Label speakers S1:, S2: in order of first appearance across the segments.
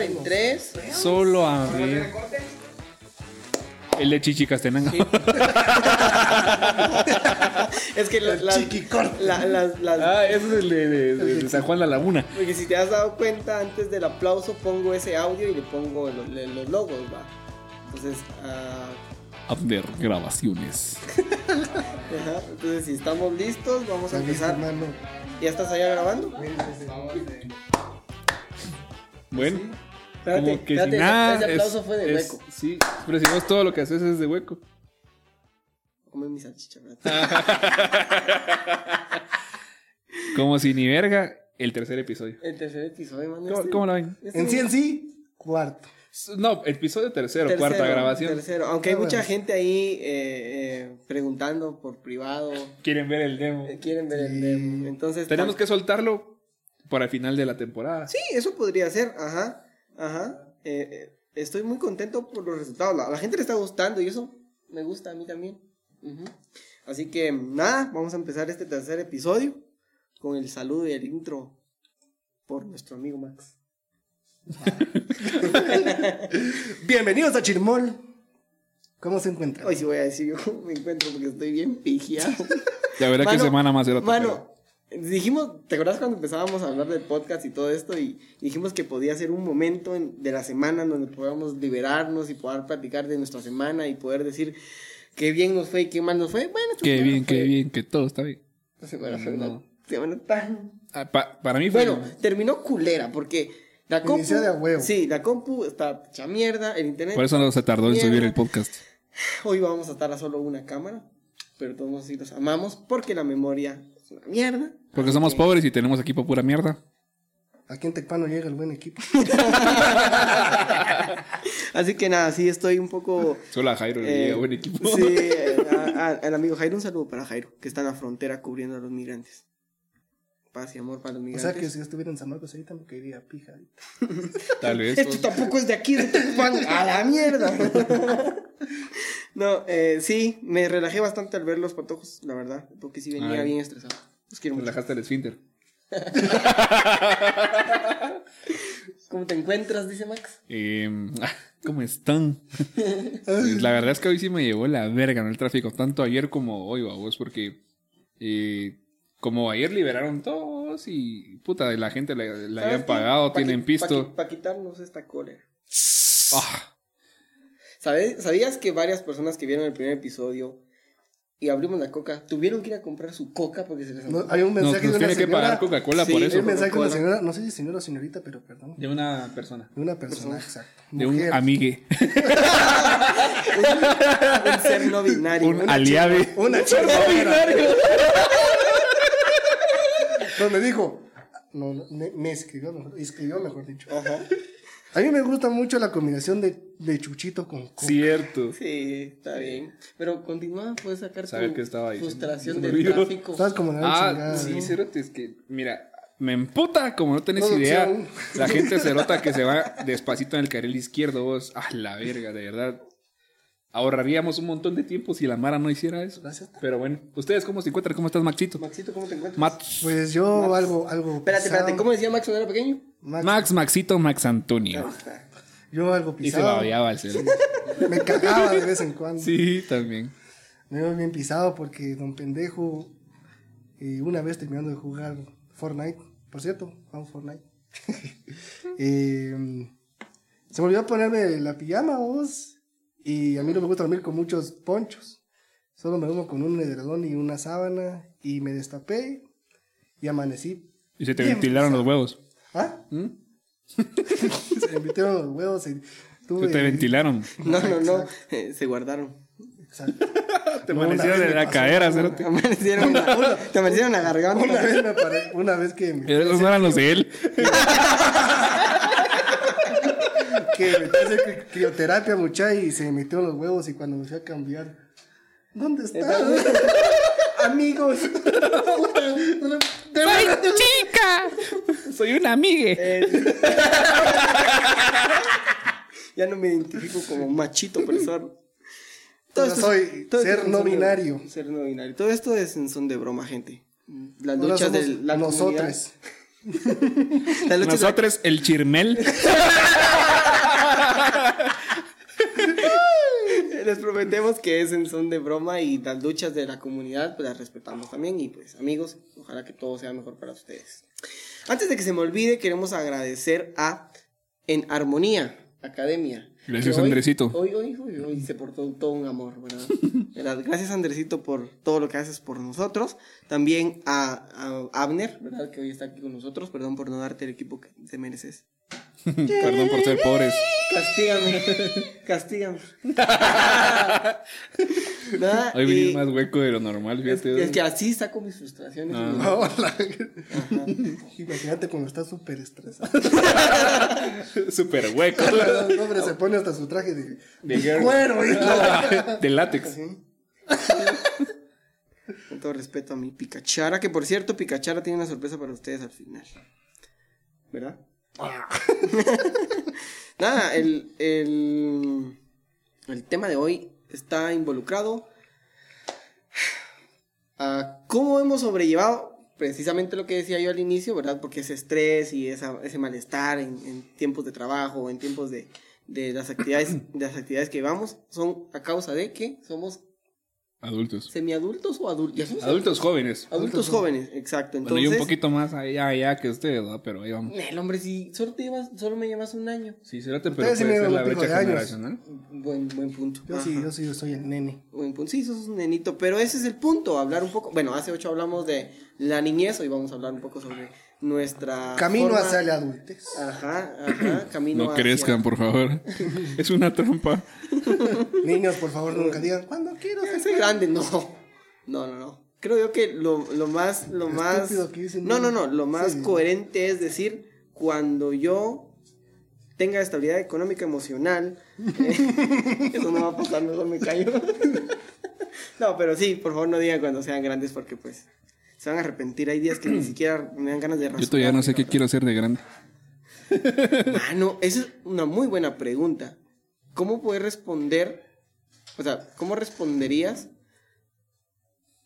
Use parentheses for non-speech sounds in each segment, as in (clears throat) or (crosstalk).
S1: en 3.
S2: Solo abrir. El de Chichicastenango.
S1: es que la- las-
S3: Chiquicorte.
S1: la- las- las-
S2: Ah, ese es el de, de- de- de San Juan La Laguna.
S1: Porque si te has dado cuenta, antes del aplauso pongo ese audio y le pongo lo- le- los logos, va. Entonces, ah,
S2: Abner Grabaciones.
S1: ajá. entonces si estamos listos, vamos a empezar.
S3: hermano.
S1: ¿Ya estás allá grabando?
S2: Bueno,
S1: Espérate,
S2: como que
S1: espérate,
S2: si
S1: ese-
S2: nada.
S1: ese, aplauso fue de
S2: es-
S1: hueco.
S2: Sí, pero si vos todo lo que haces es de hueco.
S1: Come mi salchicha, ¿verdad?
S2: Ah. Como si ni verga, el tercer episodio.
S1: (laughs) El tercer episodio, mano.
S2: ¿Cómo,
S1: este-
S2: cómo la ven?
S1: este-
S3: En sí, en sí, cuarto.
S2: No, episodio tercero, cuarta
S1: tercero,
S2: grabación.
S1: tercero. Aunque
S3: Ah,
S1: hay mucha
S3: bueno.
S1: gente ahí eh, eh, preguntando por privado,
S2: Quieren ver el demo.
S1: eh, quieren ver el demo. Entonces,
S2: Tenemos
S1: tam-
S2: que soltarlo para el final de la temporada.
S1: Sí, eso podría ser, ajá, ajá. Eh, eh, estoy muy contento por los resultados. La, la gente le está gustando y eso me gusta a mí también. Ujú. Así que nada, vamos a empezar este tercer episodio con el saludo y el intro por nuestro amigo Max.
S3: Bienvenidos a Chirmol. ¿Cómo se encuentran?
S1: Hoy sí voy a decir yo cómo me encuentro porque estoy bien pigiado.
S2: La verdad que
S1: Mano,
S2: semana más era
S1: Mano, dijimos, ¿te acuerdas cuando empezábamos a hablar del podcast y todo esto? Y dijimos que podía ser un momento en- de la semana en donde podamos liberarnos y poder platicar de nuestra semana y poder decir qué bien nos fue y qué mal nos fue. Bueno, esta
S2: Qué
S1: semana
S2: bien,
S1: fue-
S2: qué bien, que todo está bien.
S1: esta semana fue
S2: No.
S1: una semana tan-
S2: Ah, pa- para mí fue.
S1: Bueno, terminó culera porque la compu.
S3: Inició de a huevo.
S1: Sí, la compu está hecha mierda, el internet.
S2: por eso no se tardó en
S1: Mierda.
S2: subir el podcast.
S1: Hoy vamos a estar a solo una cámara, pero todos sí los amamos porque la memoria es una mierda.
S2: Porque somos pobres y tenemos equipo pura mierda.
S3: Aquí en Tecpano llega el buen
S2: (laughs)
S3: equipo.
S1: Así que nada, sí, estoy un poco.
S2: Solo a Jairo le
S1: eh,
S2: llega buen equipo. (laughs)
S1: Sí, eh, a- a- al amigo Jairo, un saludo para Jairo, que está en la frontera cubriendo a los migrantes. Paz y amor para los
S3: O
S1: migrantes.
S3: sea que si yo estuviera en San Marcos ahorita me caería pija. ahorita.
S2: Tal
S1: (laughs)
S2: vez.
S1: Esto tampoco es de aquí, es de
S2: (laughs)
S1: Tecpan. ¡A la mierda! (laughs) no, eh, sí, me relajé bastante al ver los patojos, la verdad, porque sí venía
S2: Ay.
S1: bien estresado. Los quiero mucho.
S2: Relajaste el esfínter.
S1: ¿Cómo te encuentras? Dice Max.
S2: Em, (laughs) ah,
S1: (laughs)
S2: ¿Cómo están? Pues, la verdad es que hoy sí me llevó la verga, ¿no? El tráfico, tanto ayer como hoy, babos, porque eh, como ayer liberaron todos y puta, la gente la, la
S1: ¿Sabes
S2: habían
S1: qué?
S2: pagado,
S1: Pa'
S2: tienen
S1: qui-
S2: pisto.
S1: pa' qui- Para quitarnos esta cólera.
S2: Ah,
S1: ¿Sabe- ¿Sabías que varias personas que vieron el primer episodio y abrimos la coca tuvieron que ir a comprar su coca porque se les
S3: No,
S1: antojó?
S3: hay un
S2: nos,
S3: mensaje
S2: nos
S3: de una
S2: tiene que
S3: señora.
S2: pagar Coca-Cola
S1: Sí,
S2: por
S3: hay
S2: eso.
S3: un mensaje de una
S1: Coca-Cola.
S3: señora, no sé si señora o señorita, pero perdón.
S2: De una persona.
S3: De una persona, exacto.
S2: (laughs) De
S3: Mujer.
S2: un amigue.
S1: un ser no binario.
S2: Un
S1: Una
S2: aliade. (laughs)
S3: Una chica. Donde dijo. No, no, me, me escribió mejor. Escribió mejor dicho.
S1: chi- Ajá.
S3: A mí me gusta mucho la combinación de, de chuchito con coca.
S2: Cierto.
S1: Sí, está bien. Pero continúa, puedes sacar
S2: Saber
S1: tu
S2: qué estaba diciendo.
S1: frustración
S2: Se me
S1: del
S2: olvidó.
S1: tráfico.
S3: Estás como la
S2: Ah,
S3: chingada,
S2: sí,
S3: ¿no?
S2: cerote, es que, mira, me emputa, como no tenés
S3: Producción.
S2: idea, la gente cerota que se va despacito en el carril izquierdo, vos, ah, la verga, de verdad. Ahorraríamos un montón de tiempo si la Mara no hiciera eso.
S3: Gracias.
S2: Pero bueno, ¿ustedes cómo se encuentran? ¿Cómo estás, Maxito?
S1: Maxito, ¿cómo te encuentras?
S2: Max,
S3: Pues yo algo, algo.
S1: espérate,
S3: pisado.
S1: espérate, ¿cómo decía Max cuando era pequeño?
S3: Max,
S2: Max, Maxito, Max Antonio.
S3: Yo algo
S2: Y se
S3: pisado.
S2: babeaba el cerote.
S3: Me cagaba
S2: (laughs)
S3: de vez en cuando.
S2: Sí, también.
S3: Me veo bien pisado porque don pendejo. eh, una vez terminando de jugar Fortnite, por cierto, vamos Fortnite. (laughs) eh, se me olvidó ponerme la pijama, vos. Y a mí no me gusta dormir con muchos ponchos. Solo me duermo con un edredón y una sábana. Y me destapé y amanecí.
S2: Y se te
S3: Bien
S2: ventilaron los huevos.
S3: ¿Ah?
S2: ¿Mm?
S3: (laughs) Se me metieron los huevos. Y
S2: Se
S3: tuve,
S2: te ventilaron.
S1: No, no, no, eh, se guardaron.
S3: (laughs) Exacto.
S2: Te
S3: No,
S2: amanecieron
S3: una vez
S2: de
S3: me
S2: la
S3: pasó,
S2: cadera,
S3: una-
S2: cerote.
S1: Amanecieron, te amanecieron la
S3: Una
S1: garganta.
S3: vez, me pare- una vez que me,
S2: Esos no eran los de él.
S3: que
S2: Eh.
S3: me hice crioterapia, muchacha, y se me metieron los huevos. Y cuando me fui a cambiar,
S1: Eh,
S3: ¿dónde está? (laughs)
S1: Amigos.
S2: ¡Soy chica! ¡Soy una amiga!
S1: Eh, ya no me identifico como machito opresor.
S3: Ahora soy ser
S1: esto es en
S3: no
S1: son de-
S3: binario.
S1: ser no binario. Todo esto es en son de broma, gente. Las
S3: Ahora
S1: luchas de
S3: somos
S1: la
S2: (laughs)
S3: nosotros.
S1: comunidad- (laughs) Las luchas de-
S2: Nosotros, el chirmel.
S1: (laughs) les prometemos que es en son de broma y las luchas de la comunidad pues las respetamos también y pues amigos, ojalá que todo sea mejor para ustedes. Antes de que se me olvide, queremos agradecer a En Armonía Academia.
S2: Gracias,
S1: Que hoy-
S2: Andresito.
S1: Hoy, hoy, hoy, hoy se portó todo un amor,
S2: (laughs)
S1: ¿verdad? ¿Verdad? Gracias, Andresito, por todo lo que haces por nosotros. También a, a Abner, ¿verdad? Que hoy está aquí con nosotros. Perdón por no darte el equipo que te mereces.
S2: Perdón por ser pobres.
S1: Castígame, castígame. (laughs) Nada,
S2: Hoy
S1: y
S2: vine más hueco de lo normal,
S1: es,
S2: fíjate.
S1: es que así saco mis frustraciones. y
S2: Ah.
S1: mis-
S3: Hola. (laughs) Imagínate cuando está súper estresado. (laughs)
S2: Súper hueco.
S3: El hombre se pone hasta su traje de,
S2: De
S3: de
S2: guerra.
S3: cuero. y-
S2: De látex.
S1: Con todo respeto a mi Picachara, que por cierto, Picachara tiene una sorpresa para ustedes al final. ¿Verdad? Ah. (laughs) Nada, el, el, el tema de hoy está involucrado a cómo hemos sobrellevado precisamente lo que decía yo al inicio, ¿verdad? Porque ese estrés y esa, ese malestar en, en tiempos de trabajo, en tiempos de, de las actividades, de las actividades que vamos, son a causa de que somos
S2: Adultos.
S1: semiadultos o adultos. Ya somos
S2: Adultos jóvenes.
S1: Adultos jóvenes, exacto.
S2: Bueno,
S1: Entonces,
S2: yo un poquito más allá, allá que ustedes, ¿verdad? Pero ahí vamos.
S1: el hombre sí, solo, te llevas, solo me llevas un año.
S2: Sí, cerote, pero puede
S3: Ustedes sí me
S2: ser
S3: llevan
S2: la
S3: un pico
S2: brecha
S3: de años.
S2: generacional.
S1: Buen, buen punto.
S3: Yo sí,
S1: Ajá.
S3: yo sí, yo soy el nene.
S1: Buen punto. Sí, sos un nenito, pero ese es el punto, hablar un poco. Bueno, hace ocho hablamos de la niñez, hoy vamos a hablar un poco sobre nuestra...
S3: Camino
S1: forma-
S3: hacia la adultez.
S1: Ajá, ajá, camino
S2: No crezcan, por favor. es una trampa.
S3: Niños, por favor, nunca digan, ¿cuándo quiero ser
S1: Soy grande, no. No, no, no. Creo yo que lo, lo más, lo más...
S3: Estúpido que dicen.
S1: No, no, no, lo más
S3: Sí.
S1: coherente es decir, cuando yo tenga estabilidad económica emocional, eh, (laughs) eso no va a pasar, mejor me callo. no, pero sí, por favor no digan cuando sean grandes porque pues se van a arrepentir. Hay días que ni siquiera me dan ganas de
S2: Yo todavía no sé qué
S1: rasurar,
S2: quiero hacer de grande.
S1: Ah, no, esa es una muy buena pregunta. ¿Cómo puedes responder? O sea, ¿cómo responderías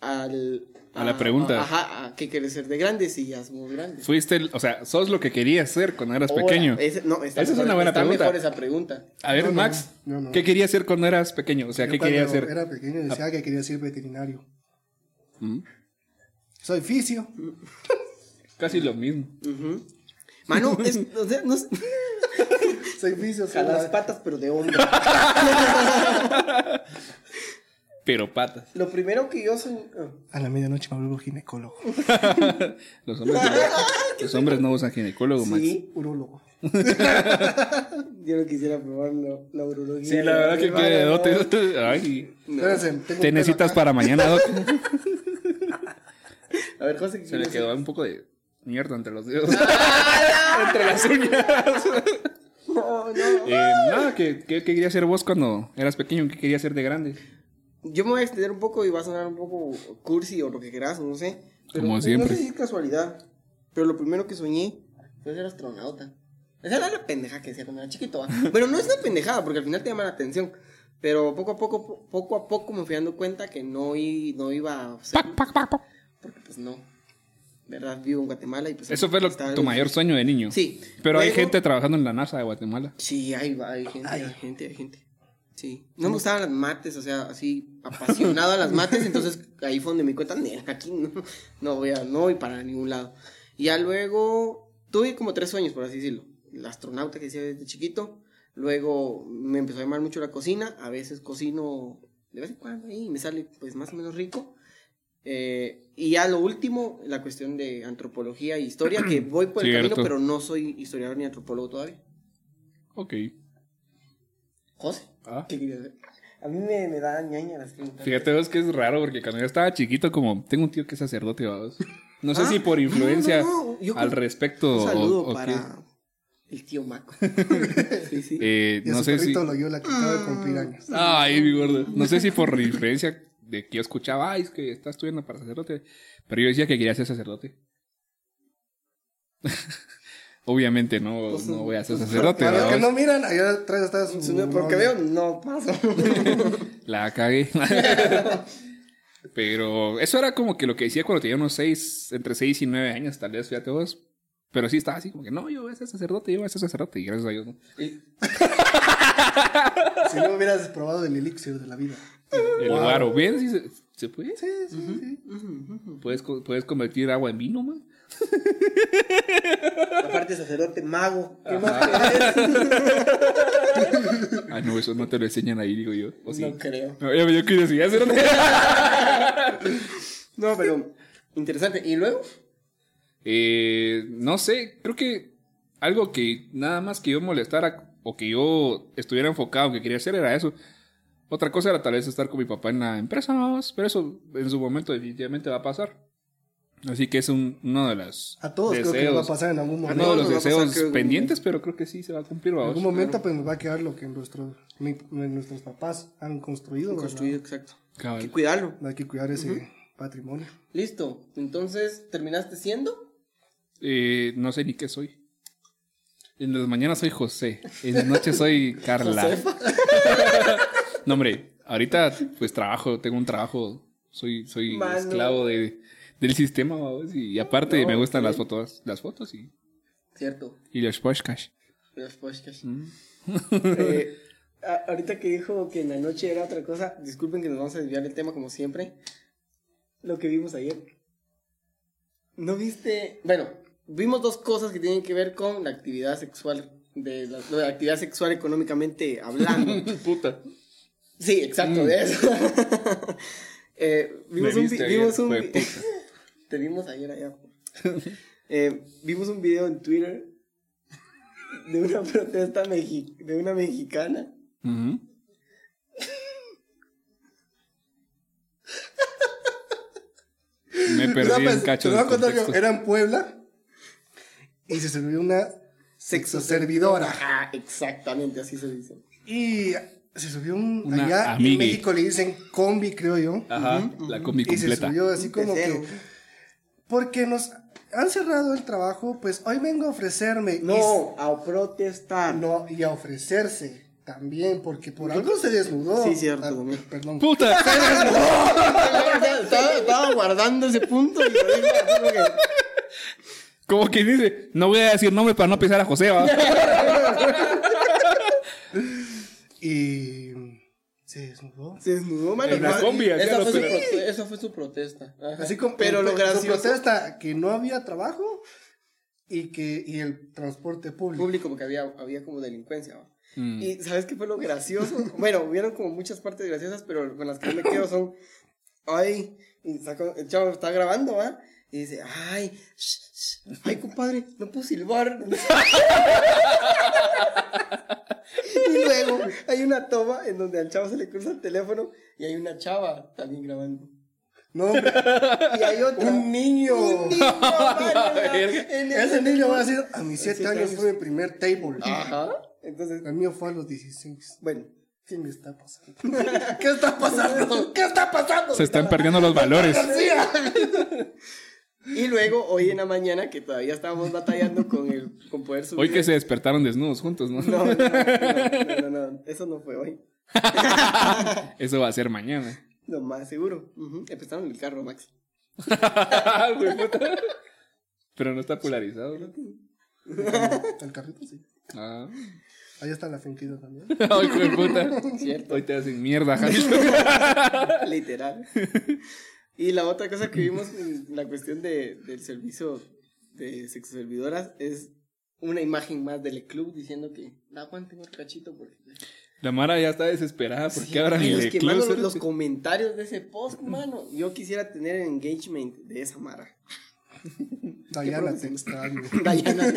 S1: al.
S2: A la pregunta.
S1: ajá, a qué quieres ser de grande si ya somos grandes.
S2: Fuiste, el- o sea, sos lo que querías ser cuando eras
S1: Ahora,
S2: pequeño.
S1: ese- no, está
S2: Esa es
S1: mejor-
S2: una buena
S1: está
S2: pregunta.
S1: mejor esa pregunta.
S2: A ver,
S3: No, no,
S2: Max,
S3: no, no.
S2: ¿qué querías ser cuando eras pequeño? O sea,
S3: Yo
S2: ¿qué
S3: cuando
S2: querías ser? Ah.
S3: Era pequeño y decía que quería ser veterinario.
S2: Mm,
S3: Soy fisio.
S2: Casi lo mismo.
S1: Ujú. Mano, es, o sea, (laughs) no sé.
S3: Soy fisio.
S1: A
S3: Soy
S1: las
S3: la-
S1: patas, pero de (laughs) hombre.
S2: Pero patas.
S1: Lo primero que yo soy. ah.
S3: A la medianoche me vuelvo ginecólogo.
S2: Los hombres,
S1: (laughs)
S2: los hombres no usan ginecólogo, Max.
S1: Sí,
S3: Urólogo.
S1: yo no quisiera probar lo- la urología.
S2: Sí, la verdad que
S1: Vale,
S2: qué
S1: no.
S2: dote. Ay,
S3: Espérense, tengo un
S2: te
S3: pelo
S2: necesitas
S3: acá.
S2: para mañana, Doc.
S1: (laughs) A ver, José, ¿qué
S2: Se le
S1: quieres
S2: quedó un poco de mierda entre los dedos.
S1: Ah,
S2: (laughs) entre las uñas.
S1: ser? No, no.
S2: Eh, nada, ¿qué, qué, qué querías ser vos cuando eras pequeño? ¿Qué querías ser de grande?
S1: Yo me voy a extender un poco y va a sonar un poco cursi o lo que querás, no sé. Pero
S2: Como
S1: no-
S2: siempre.
S1: No sé si es casualidad, pero lo primero que soñé fue ser astronauta. Esa era la pendeja que decía cuando era chiquito.
S2: (laughs)
S1: ¿va? Pero no es una pendejada, porque al final te llama la atención. Pero poco a poco, po- poco a poco me fui dando cuenta que no, i- no iba a ser,
S2: Pac, pac, pac, pac.
S1: porque pues no. ¿Verdad? Vivo en Guatemala y pues...
S2: Eso fue lo-
S1: está-
S2: tu mayor sueño de niño.
S1: Sí.
S2: Pero hay
S1: Luego-
S2: gente trabajando en la NASA de Guatemala.
S1: Sí, ahí va, hay gente, hay gente, hay gente. Sí. No me gustaban las mates, o sea, así apasionado a las mates, entonces ahí fue donde me di cuenta, "Nel, aquí no, no voy a, no voy para ningún lado. Y ya luego tuve como tres sueños, por así decirlo. El astronauta que decía desde chiquito, luego me empezó a llamar mucho la cocina, a veces cocino de vez en cuando ahí, me sale pues más o menos rico. Eh, y ya lo último, la cuestión de antropología e historia, que voy por el
S2: Cierto.
S1: camino, pero no soy historiador ni antropólogo todavía.
S2: Ok.
S1: José.
S2: Ah.
S1: ¿Qué quieres hacer? A mí me, me da ñaña las preguntas.
S2: Fíjate vos que es raro porque cuando yo estaba chiquito, como tengo un tío que es sacerdote, vamos. No sé si por influencia
S1: Ah, no, no, yo
S2: al
S1: con-
S2: respecto
S1: Un saludo
S2: o, o
S1: para el tío
S2: (laughs)
S1: Maco. sí, sí.
S2: qué. Eh,
S3: Y a
S2: no
S3: su
S2: sé si.
S3: perrito lo yo la quitaba de
S1: Ah.
S3: cumplir años.
S2: Ay, mi gordo. No sé si por influencia de que yo escuchaba, ay, es que está estudiando para sacerdote. Pero yo decía que quería ser sacerdote. (laughs) Obviamente no,
S1: Pues,
S2: no voy a ser sacerdote.
S3: Para los que
S2: ¿verdad?
S3: no miran, allá atrás está su.
S1: Su- no, porque veo, no
S2: (laughs)
S1: paso.
S2: La cagué. (laughs) Pero eso era como que lo que decía cuando tenía unos 6, entre 6 y 9 años, tal vez, fíjate vos. Pero sí estaba así como que, no, yo voy a ser sacerdote, yo voy a ser sacerdote. Y gracias a Dios, ¿no?
S3: Si no hubieras probado el elixir de la vida.
S2: El
S3: Wow.
S2: guaro. Bien, sí se, se puede.
S3: Sí, sí, sí.
S2: Puedes, co- puedes convertir agua en vino, man.
S1: Aparte, sacerdote, mago. ¿Qué más
S2: Ajá.
S1: querés?
S2: Ah, no, eso no te lo enseñan ahí, digo yo. O sí.
S1: No creo.
S2: No, ya me dio curiosidad, cerote.
S1: No, pero interesante. ¿Y luego?
S2: (laughs) Eh, no sé, creo que algo que nada más que yo molestara o que yo estuviera enfocado, que quería hacer era eso. Otra cosa era tal vez estar con mi papá en la empresa, vamos, pero eso en su momento definitivamente va a pasar. Así que es un- uno de las
S3: A todos creo que va a pasar en algún
S2: Uno
S3: momento.
S2: de
S1: todos
S2: los
S1: nos va a pasar,
S2: deseos
S1: creo que-
S2: pendientes, pero creo que sí se va a cumplir,
S3: En
S2: vamos.
S3: algún momento pues nos va a quedar lo que nuestros, mi- nuestros papás han construido. ¿verdad?
S1: Construido, exacto.
S2: Cabal.
S1: Hay que cuidarlo.
S3: Hay que cuidar ese patrimonio.
S1: Listo. Entonces, ¿terminaste siendo?
S2: Eh, no sé ni qué soy. En las mañanas soy José, en las noches
S3: (laughs)
S2: soy Carla. (laughs) no, hombre, ahorita pues trabajo, tengo un trabajo, soy, soy
S1: Mano.
S2: esclavo de, del sistema, vamos, y aparte
S1: No,
S2: me gustan
S1: sí.
S2: las fotos, las fotos y,
S1: Cierto.
S2: y los podcasts.
S1: Los podcasts.
S2: Mm.
S1: (laughs) Eh, a- ahorita que dijo que en la noche era otra cosa, disculpen que nos vamos a desviar del tema como siempre. Lo que vimos ayer. ¿No viste? Bueno, vimos dos cosas que tienen que ver con la actividad sexual. De la, lo de la actividad sexual económicamente
S2: (laughs)
S1: hablando.
S2: Puta.
S1: sí, exacto, de eso. (laughs) Eh, vimos,
S2: Me
S1: un, vi-
S2: viste
S1: vimos
S2: ayer,
S1: un
S2: fue
S1: vi-
S2: puta.
S1: Te vimos ayer allá. (laughs) Eh, vimos un video en Twitter de una (laughs) protesta mexi- de una mexicana
S3: (laughs)
S2: Ujú. Me
S3: Te
S2: perdí
S3: voy a-
S2: un cacho
S3: Te voy a
S2: de
S3: contar que
S2: contexto.
S3: era en Puebla y se subió una sexoservidora.
S1: Ah, exactamente, así se dice.
S3: Y se subió un
S2: Una
S3: allá en
S2: amiga.
S3: México le dicen combi, creo yo.
S2: Ajá, la combi
S3: y se
S2: completa.
S3: subió así como
S1: Tercero.
S3: que porque nos han cerrado el trabajo, pues hoy vengo a ofrecerme y
S1: No, a protestar.
S3: No, y a ofrecerse también, porque por algo se desnudó.
S1: Sí, cierto, también.
S3: per- perdón.
S2: ¡Puta!
S3: (laughs)
S1: estaba, estaba guardando ese punto y lo digo así como que-
S2: Como que dice, no voy a decir nombre para no pisar a José,
S3: (laughs)
S2: ¿va?
S3: Y se desnudó.
S1: se desnudó, mano.
S2: En la combi, hacía
S1: esa,
S2: los
S1: fue su
S2: perros.
S1: prote- esa fue su protesta. Ajá.
S3: Así como,
S1: pero lo
S3: su
S1: gracioso
S3: protesta que no había trabajo y que y el transporte público.
S1: público porque había, había como delincuencia. ¿va?
S2: Mm.
S1: Y ¿sabes qué fue lo
S3: (laughs)
S1: gracioso? bueno, hubieron como muchas partes graciosas, pero con las que yo me quedo son, ay, y saco- el chavo está grabando, ¿va? Y dice, ay, sh, sh, ay, compadre, no puedo silbar. (laughs) y luego hay una toma en donde al chavo se le cruza el teléfono y hay una chava también grabando.
S2: (laughs)
S3: No, hombre,
S1: Y hay otra.
S3: un niño.
S1: Un niño,
S3: (laughs)
S1: mano,
S2: verga.
S1: en el-
S3: Ese niño va a decir, a mis
S1: Siete
S3: 7 años
S1: años.
S3: fue mi primer table.
S2: Ah.
S1: Ajá. Entonces,
S3: El mío fue a los 16.
S1: bueno.
S3: ¿Qué me está
S2: (laughs)
S3: pasando? ¿Qué está pasando? ¿Qué está pasando?
S2: Se están perdiendo los valores.
S1: Y luego, hoy en la mañana, que todavía estábamos batallando con, el, con poder subir.
S2: Hoy que se despertaron desnudos juntos,
S1: (laughs)
S2: ¿no?
S1: No, no, no, no, no, no, eso no fue hoy.
S2: (laughs) Eso va a ser
S3: (laughs)
S2: mañana.
S1: Lo más seguro. Ujú, Empezaron en el carro,
S2: (laughs)
S1: Max.
S2: Güey, puta. Pero no está polarizado, ¿no?
S3: (laughs) El carrito sí.
S2: Ah. (laughs)
S3: Ahí está la finquita también.
S2: Ay, hijo de puta.
S1: Cierto.
S2: Hoy te hacen mierda, Javi.
S1: Literal. Y la otra cosa que vimos en la cuestión de, del servicio de sexoservidoras es una imagen más del club diciendo que no aguanten el cachito porque
S2: La Mara ya está desesperada porque
S1: Sí,
S2: ahora
S1: y
S2: ni
S1: los
S2: de
S1: que,
S2: club,
S1: mano,
S2: cerote.
S1: los comentarios de ese post, mano. Yo quisiera tener el engagement de esa Mara.
S3: Dayana, te
S1: producción?
S2: (laughs)
S3: extraño. (laughs)
S1: Dayana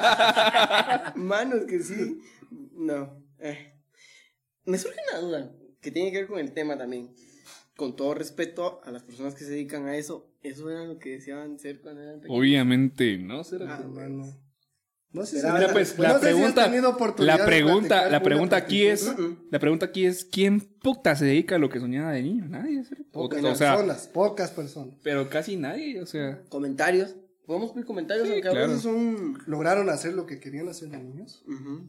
S1: Texas. Manos que sí. No. eh. Me surge una duda que tiene que ver con el tema también. Con todo respeto a las personas que se dedican a eso, eso era lo que deseaban ser cuando eran pequeños.
S2: Obviamente, ¿no? Cerote.
S1: Ah,
S3: Hermano. No sé
S1: Pero
S3: si-
S2: Mira, pues,
S3: Ah, no
S2: la
S3: sé si has
S2: pregunta-
S3: tenido oportunidad
S2: La
S3: de
S2: pregunta,
S3: platicar
S2: la
S3: con
S2: pregunta
S3: una
S2: aquí es,
S3: prostituta.
S1: Mm-mm.
S2: la pregunta aquí es, ¿quién puta se dedica a lo que soñaba de niño? Nadie, cerote. O-
S1: Pocas
S2: o sea,
S3: personas, pocas personas.
S2: Pero casi nadie, o sea.
S1: Comentarios. Podemos pedir comentarios,
S2: Sí,
S1: aunque a
S2: claro.
S1: veces son.
S3: ¿Lograron hacer lo que querían hacer de niños?
S1: Ujú.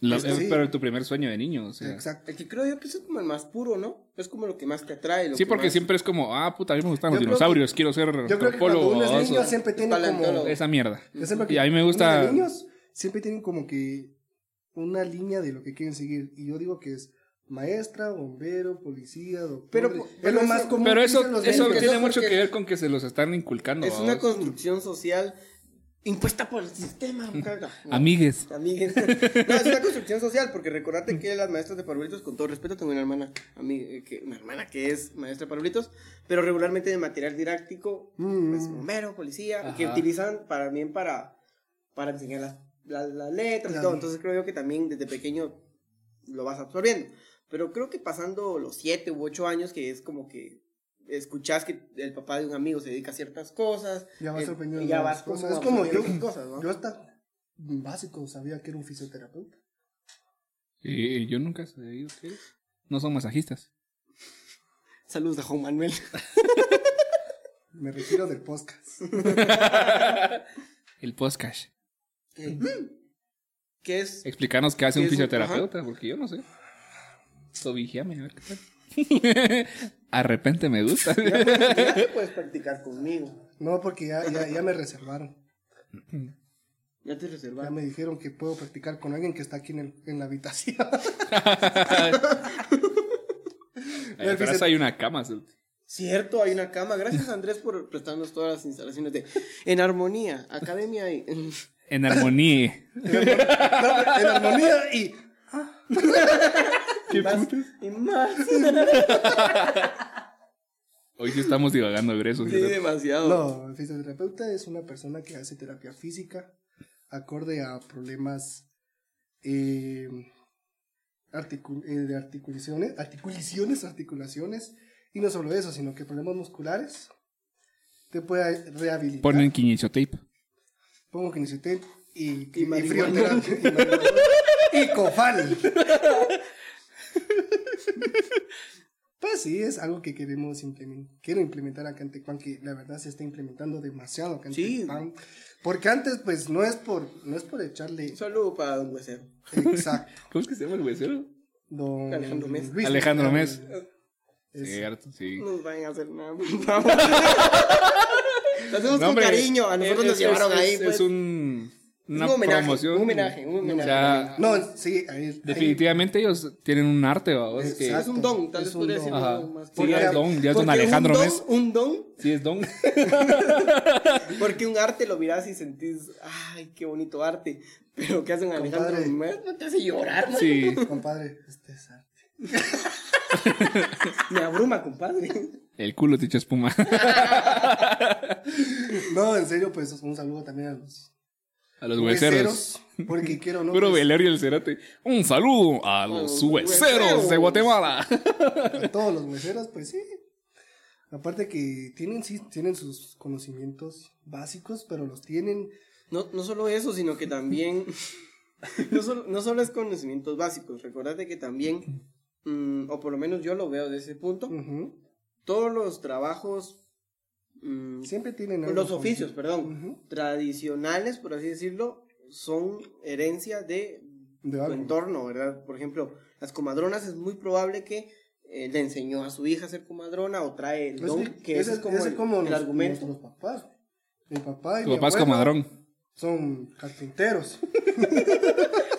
S2: La-
S1: Esto sí.
S2: Pero tu primer sueño de niño, o sea.
S3: Exacto.
S1: El que creo yo que es como el más puro, ¿no? Es como lo que más te atrae. lo
S2: Sí,
S1: que
S2: porque
S1: más-
S2: siempre es como, ah, puta, a mí me gustan los
S3: Yo creo
S2: dinosaurios, quiero ser
S3: Yo creo que cuando
S2: antropólogo.
S3: uno es niño
S2: o-
S3: siempre tiene como...
S1: Paleontólogo.
S2: Esa mierda.
S3: yo siempre que
S2: Y a mí me
S3: uno
S2: gusta-
S3: de niños siempre tienen como que una línea de lo que quieren seguir. Y yo digo que es maestra, bombero, policía, doctor.
S1: Pero-
S3: es
S1: pero
S3: lo
S1: eso-
S3: más común.
S2: Pero
S3: que
S2: eso,
S3: dicen los
S2: eso
S1: niños.
S2: tiene
S1: Eso
S2: mucho que
S1: porque-
S2: ver con que se los están inculcando.
S1: Es
S2: ¿va?
S1: una construcción social impuesta por el
S2: (laughs)
S1: sistema, mujer. No.
S2: Amigues.
S1: Amigues. (laughs) No, es una construcción social, porque recordate que las maestras de parvulitos, con todo respeto, tengo una hermana, ami- eh, que, una hermana que es maestra de parvulitos, pero regularmente de material didáctico,
S3: Mm.
S1: pues bombero, policía, y que
S2: Ajá.
S1: utilizan para bien para, para enseñar las, las- las letras y
S3: Claro.
S1: todo. Entonces creo yo que también desde pequeño lo vas absorbiendo. Pero creo que pasando los siete u ocho años, que es como que escuchás que el papá de un amigo se dedica a ciertas cosas,
S3: Ya vas
S1: eh,
S3: aprendiendo
S1: ya
S3: nuevas
S1: vas como
S3: cosas. Es como yo.
S1: absorbiendo cosas, ¿no?
S3: Yo hasta básico sabía que era un fisioterapeuta.
S2: Eh, yo nunca he sabido que no son masajistas.
S1: Saludos a Juan Manuel.
S3: Me retiro del podcast.
S2: El podcast.
S1: ¿Qué
S2: (laughs)
S1: es?
S2: Explícanos qué hace un
S1: Es un-
S2: fisioterapeuta, porque yo no sé. Sobijame, a ver qué tal. (laughs) de repente me
S3: (laughs)
S2: gusta.
S1: Ya, (laughs) ya te puedes practicar conmigo.
S3: No, porque ya, ya, ya me reservaron.
S1: Ya te
S3: Ya
S1: reservaron.
S3: me dijeron que puedo practicar con alguien que está aquí en, el- en la habitación.
S2: Ahí atrás hay una cama. Su...
S1: Cierto, hay una cama. Gracias Andrés por prestarnos todas las instalaciones de En Armonía, Academia y... (laughs)
S2: En armonía.
S3: en armonía y
S1: y más, y
S2: (laughs)
S1: más.
S2: Hoy sí estamos divagando gruesos.
S1: Sí, demasiado.
S3: No, el fisioterapeuta es una persona que hace terapia física acorde a problemas eh, articu- eh, de articulaciones, articulaciones, articulaciones, y no solo eso, sino que problemas musculares te puede rehabilitar.
S2: Ponen quinicho tape.
S3: Pongo kinesiotape y, y,
S1: Y marihuana.
S3: frioterapia, y marihuana. y cofal. Pues sí, es algo que queremos implementar. Quiero implementar acá en Tecpan, que la verdad se está implementando demasiado acá en
S1: Sí.
S3: Tecpan. Porque antes, pues, no es por, no es por echarle.
S1: Un saludo para Don Huesero.
S3: Exacto.
S2: ¿Cómo es que se llama el huesero?
S3: Don
S1: Alejandro Mes.
S3: Luis
S2: Alejandro Mes.
S3: Luis. Es-
S2: Cierto, sí.
S1: No nos van a hacer
S2: (laughs)
S1: nada. por favor. Lo hacemos
S2: No,
S1: con
S2: hombre,
S1: cariño. A nosotros
S2: es-
S1: nos llevaron
S2: es-
S1: ahí.
S2: Es,
S1: pues.
S2: es un, una
S1: Un homenaje,
S2: promoción.
S1: un homenaje, un homenaje.
S2: O sea,
S3: No, sí, ahí-
S2: definitivamente ellos tienen un arte, vamos.
S1: Sí,
S2: Que,
S1: es un don, tal
S3: Es
S1: vez
S3: un
S1: podría
S3: don.
S1: ser
S2: Ajá.
S1: un más.
S2: Sí,
S1: Porque-
S2: ya es don, ya es don
S1: porque un
S2: Alejandro
S1: don-
S2: Mes.
S1: Un don
S2: sí, es don.
S1: Porque un arte lo mirás y sentís, ay, qué bonito arte. Pero ¿qué hacen Alejandro?
S3: Compadre.
S1: Mes? No te hace llorar, ¿no? (laughs)
S2: Sí.
S3: ahí, Compadre, este es arte.
S1: Me abruma, compadre.
S2: El culo te echa espuma.
S3: No, en serio, pues, un saludo también a los
S2: A los hueseros.
S3: hueseros, Porque quiero, o ¿no?
S2: Puro
S3: pues,
S2: Valerio el Cerate. Un saludo a los
S1: los
S2: hueseros de
S1: hueseros.
S2: Guatemala.
S3: a todos los hueseros, pues sí. Aparte que tienen, sí, tienen sus conocimientos básicos, pero los tienen.
S1: No, no solo eso, sino que también. (laughs) No solo, no solo es conocimientos básicos. Recordate que también, mm, o por lo menos yo lo veo de ese punto,
S3: ujú,
S1: todos los trabajos. mm,
S3: Siempre tienen algo
S1: los
S3: con-
S1: oficios, perdón.
S3: Ujú,
S1: Tradicionales, por así decirlo, son herencia de
S3: de
S1: su
S3: algo.
S1: entorno, ¿verdad? Por ejemplo, las comadronas es muy probable que eh, le enseñó a su hija a ser comadrona o trae el
S3: Pues
S1: don,
S3: sí,
S1: que ese es como,
S3: ese
S1: el, el
S3: nos-
S1: argumento.
S3: nuestros papás. Mi papá y
S2: Tu
S3: mi
S2: papá es
S3: abuelo
S2: comadrón.
S3: Son carpinteros.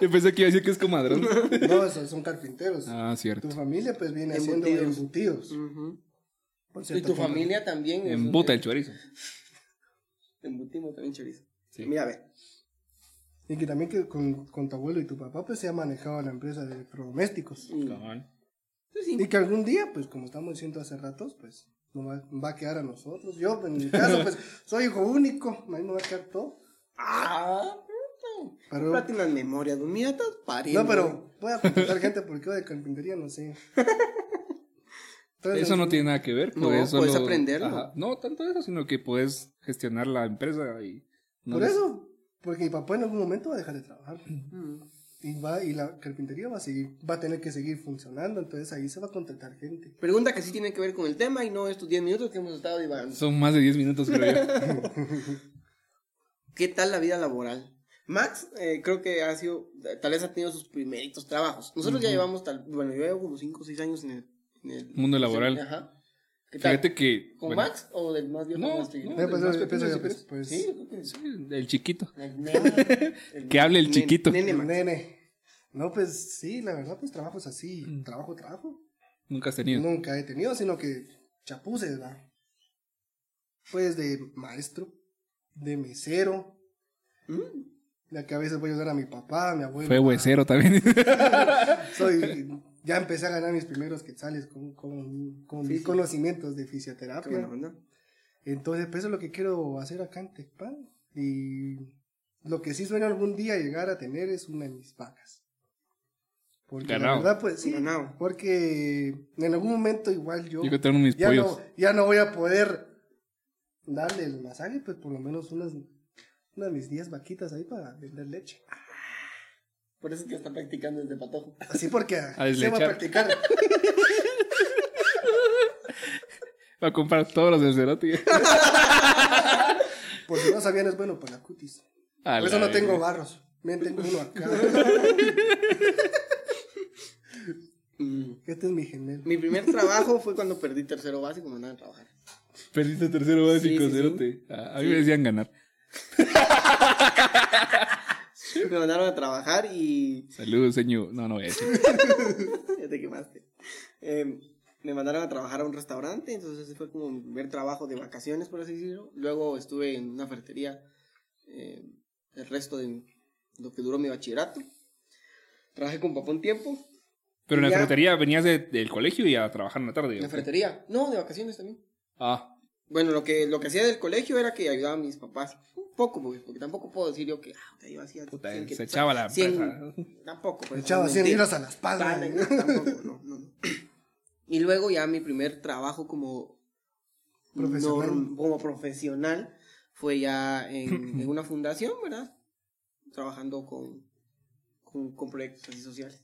S2: Yo pensé que iba a decir que es
S1: (laughs)
S2: comadrón.
S3: no, son, son carpinteros.
S2: Ah, cierto.
S3: Tu familia, pues, viene haciendo
S1: Embutidos.
S3: embutidos.
S1: Ujú.
S3: por
S1: Y
S3: cierto
S1: tu
S3: punto.
S1: familia también. es un-
S2: Embuta el chorizo.
S1: Embutimos también chorizo.
S2: Sí.
S1: Mira, a ver.
S3: Y que también que con, con tu abuelo y tu papá, pues, se ha manejado la empresa de electrodomésticos.
S1: Mm.
S2: Cabal.
S3: Y que algún día, pues como estamos diciendo hace ratos, pues no va, va a quedar a nosotros. Yo, en mi caso, pues soy hijo único, ahí no va a quedar todo.
S1: Ah, puta.
S3: Pero-
S1: Plátano en memoria, don, mira, estás pariendo.
S3: No, pero voy a contratar gente porque yo de carpintería no sé. Entonces,
S2: Eso no tiene nada que ver.
S1: No,
S2: puedes
S1: puedes
S2: solo-
S1: aprenderlo.
S2: Ajá. No, tanto eso, sino que puedes gestionar la empresa y. no
S3: Por
S2: les-
S3: eso, porque mi papá en algún momento va a dejar de trabajar.
S1: Mm.
S3: Y va, y la carpintería va a seguir, va a tener que seguir funcionando, entonces ahí se va a contratar gente.
S1: Pregunta que sí tiene que ver con el tema y no estos 10 minutos que hemos estado divagando. (laughs)
S2: Son más de 10 minutos, creo yo.
S1: ¿Qué tal la vida laboral? Max, eh, creo que ha sido, tal vez ha tenido sus primeritos trabajos. Nosotros ya llevamos, tal, bueno, yo llevo como 5 o 6 años en el, en el-
S2: Mundo laboral.
S1: Ajá. ¿Qué tal?
S2: Fíjate que.
S1: ¿Con
S2: bueno,
S1: Max o del más viejo?
S2: No,
S1: más pequeño?
S2: no.
S3: Eh, pues,
S2: Más
S3: eh, empiezo
S2: pequeño,
S3: yo,
S2: si
S3: pues,
S2: quieres.
S3: pues,
S1: Sí, yo creo que sí.
S2: sí, el chiquito.
S1: El
S2: (laughs)
S1: nene,
S2: Que hable el
S1: nene,
S2: chiquito.
S1: Nene, Max.
S3: nene. No, pues sí, la verdad, pues trabajos así,
S2: Mm.
S3: trabajo, trabajo.
S2: Nunca has tenido.
S3: Nunca he tenido, sino que chapuces, ¿verdad? Pues de maestro, de mesero,
S1: Mm.
S3: la que a veces voy a ayudar a mi papá, a mi abuelo. Ah,
S2: Fue
S1: (laughs)
S2: huesero también.
S3: Soy, ya empecé a ganar mis primeros quetzales con, con, con
S1: Sí,
S3: mis
S1: sí.
S3: conocimientos de
S1: Qué
S3: fisioterapia.
S1: buena onda.
S3: Entonces, pues eso es lo que quiero hacer acá en Tecpan. Y lo que sí sueño algún día llegar a tener es una de mis vacas. Porque
S2: Ganado.
S3: la verdad, pues sí.
S1: Ganado.
S3: Porque en algún momento igual yo
S2: Yo que tengo mis
S3: ya
S2: pollos.
S3: no, ya no voy a poder darle el masaje, pues por lo menos unas, unas mis 10 vaquitas ahí para vender leche.
S1: Por eso es que está practicando desde patojo.
S3: Así porque se va
S2: deslechar.
S3: a practicar.
S2: Va a comprar todos los del Cerati.
S1: (laughs)
S3: Por si no sabían, es bueno para la cutis.
S2: (laughs) A
S3: Por
S2: la
S3: eso no
S2: verga.
S3: tengo barros. Miren, tengo uno acá.
S1: Mm.
S3: Este es mi gemelo.
S1: Mi primer trabajo fue cuando perdí tercero básico, me mandaron a trabajar.
S2: Perdiste tercero básico,
S1: Sí, sí, sí.
S2: Cerati. A a mí
S1: Sí.
S2: me decían ganar.
S1: Me mandaron a trabajar y (laughs)
S2: Saludos, señor. No, no voy a decir.
S1: ya te quemaste. Eh, me mandaron a trabajar a un restaurante, entonces ese fue como mi primer trabajo de vacaciones, por así decirlo. Luego estuve en una ferretería eh, el resto de mi- lo que duró mi bachillerato. Trabajé con papá un tiempo.
S2: Pero en la
S1: Ya.
S2: ferretería venías de- del colegio y a trabajar en la tarde.
S1: ¿En
S2: ¿o
S1: la
S2: qué?
S1: ferretería? No, de vacaciones también.
S2: Ah,
S1: Bueno, lo que, lo que hacía del colegio era que ayudaba a mis papás. Un poco, porque, porque tampoco puedo decir yo que ah, yo hacía...
S2: puta,
S1: cien que-
S2: se echaba la
S1: cien-
S2: empresa.
S1: Tampoco. pues,
S3: Echaba 100
S1: mentira.
S3: libras a la espalda.
S1: Padre, Ah, no, tampoco, no, no, no. Y luego ya mi primer trabajo como
S3: Profesional.
S1: norm- como profesional fue ya (laughs) en, en una fundación, ¿verdad? Trabajando con, con, con proyectos así sociales.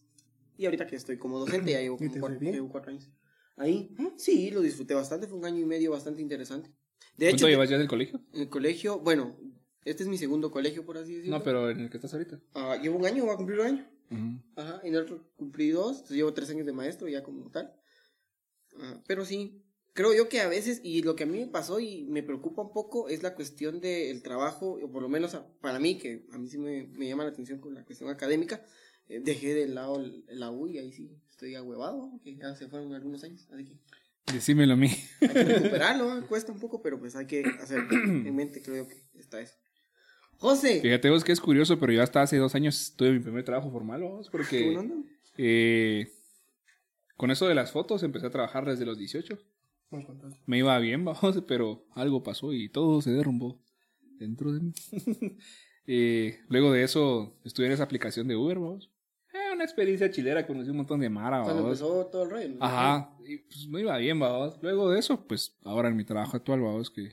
S1: Y ahorita que estoy como docente, ya llevo,
S3: ¿Y
S1: como
S3: te fue
S1: cuatro,
S3: bien?
S1: llevo cuatro años. Ahí, sí, lo disfruté bastante, fue un año y medio bastante interesante. De hecho,
S2: ¿Cuánto
S1: en
S2: llevas ya del colegio?
S1: el colegio, bueno, este es mi segundo colegio, por así decirlo.
S2: No, pero en el que estás ahorita.
S1: Ah, llevo un año, voy a cumplir un año. Ajá, en el otro cumplí dos, entonces llevo tres años de maestro ya como tal. Ah, pero sí, creo yo que a veces, y lo que a mí me pasó y me preocupa un poco es la cuestión del trabajo, o por lo menos a- para mí, que a mí sí me, me llama la atención con la cuestión académica, eh, dejé de lado el- la U y ahí sí estoy agüevado, que ya se fueron algunos años, así
S2: (laughs)
S1: que
S2: Decímelo a mí. (laughs)
S1: hay que recuperarlo, ¿eh? cuesta un poco, pero pues hay que hacer
S2: (clears throat)
S1: en mente, creo yo que está eso. José,
S2: Fíjate vos que es curioso, pero yo hasta hace dos años tuve mi primer trabajo formal,
S1: ¿qué buena
S2: vos, porque
S1: onda?
S2: eh, con eso de las fotos empecé a trabajar desde los 18.
S3: Vamos con todo.
S2: Me iba bien, (laughs) vamos, pero algo pasó y todo se derrumbó dentro de mí. (laughs) Eh, luego de eso estuve en esa aplicación de Uber, vamos. Eh, una experiencia chilera, conocí un montón de Mara,
S1: Cuando
S2: vamos.
S1: empezó todo el rollo. ¿no?
S2: Ajá, y pues me iba bien, babos. Luego de eso, pues ahora en mi trabajo actual, babos, que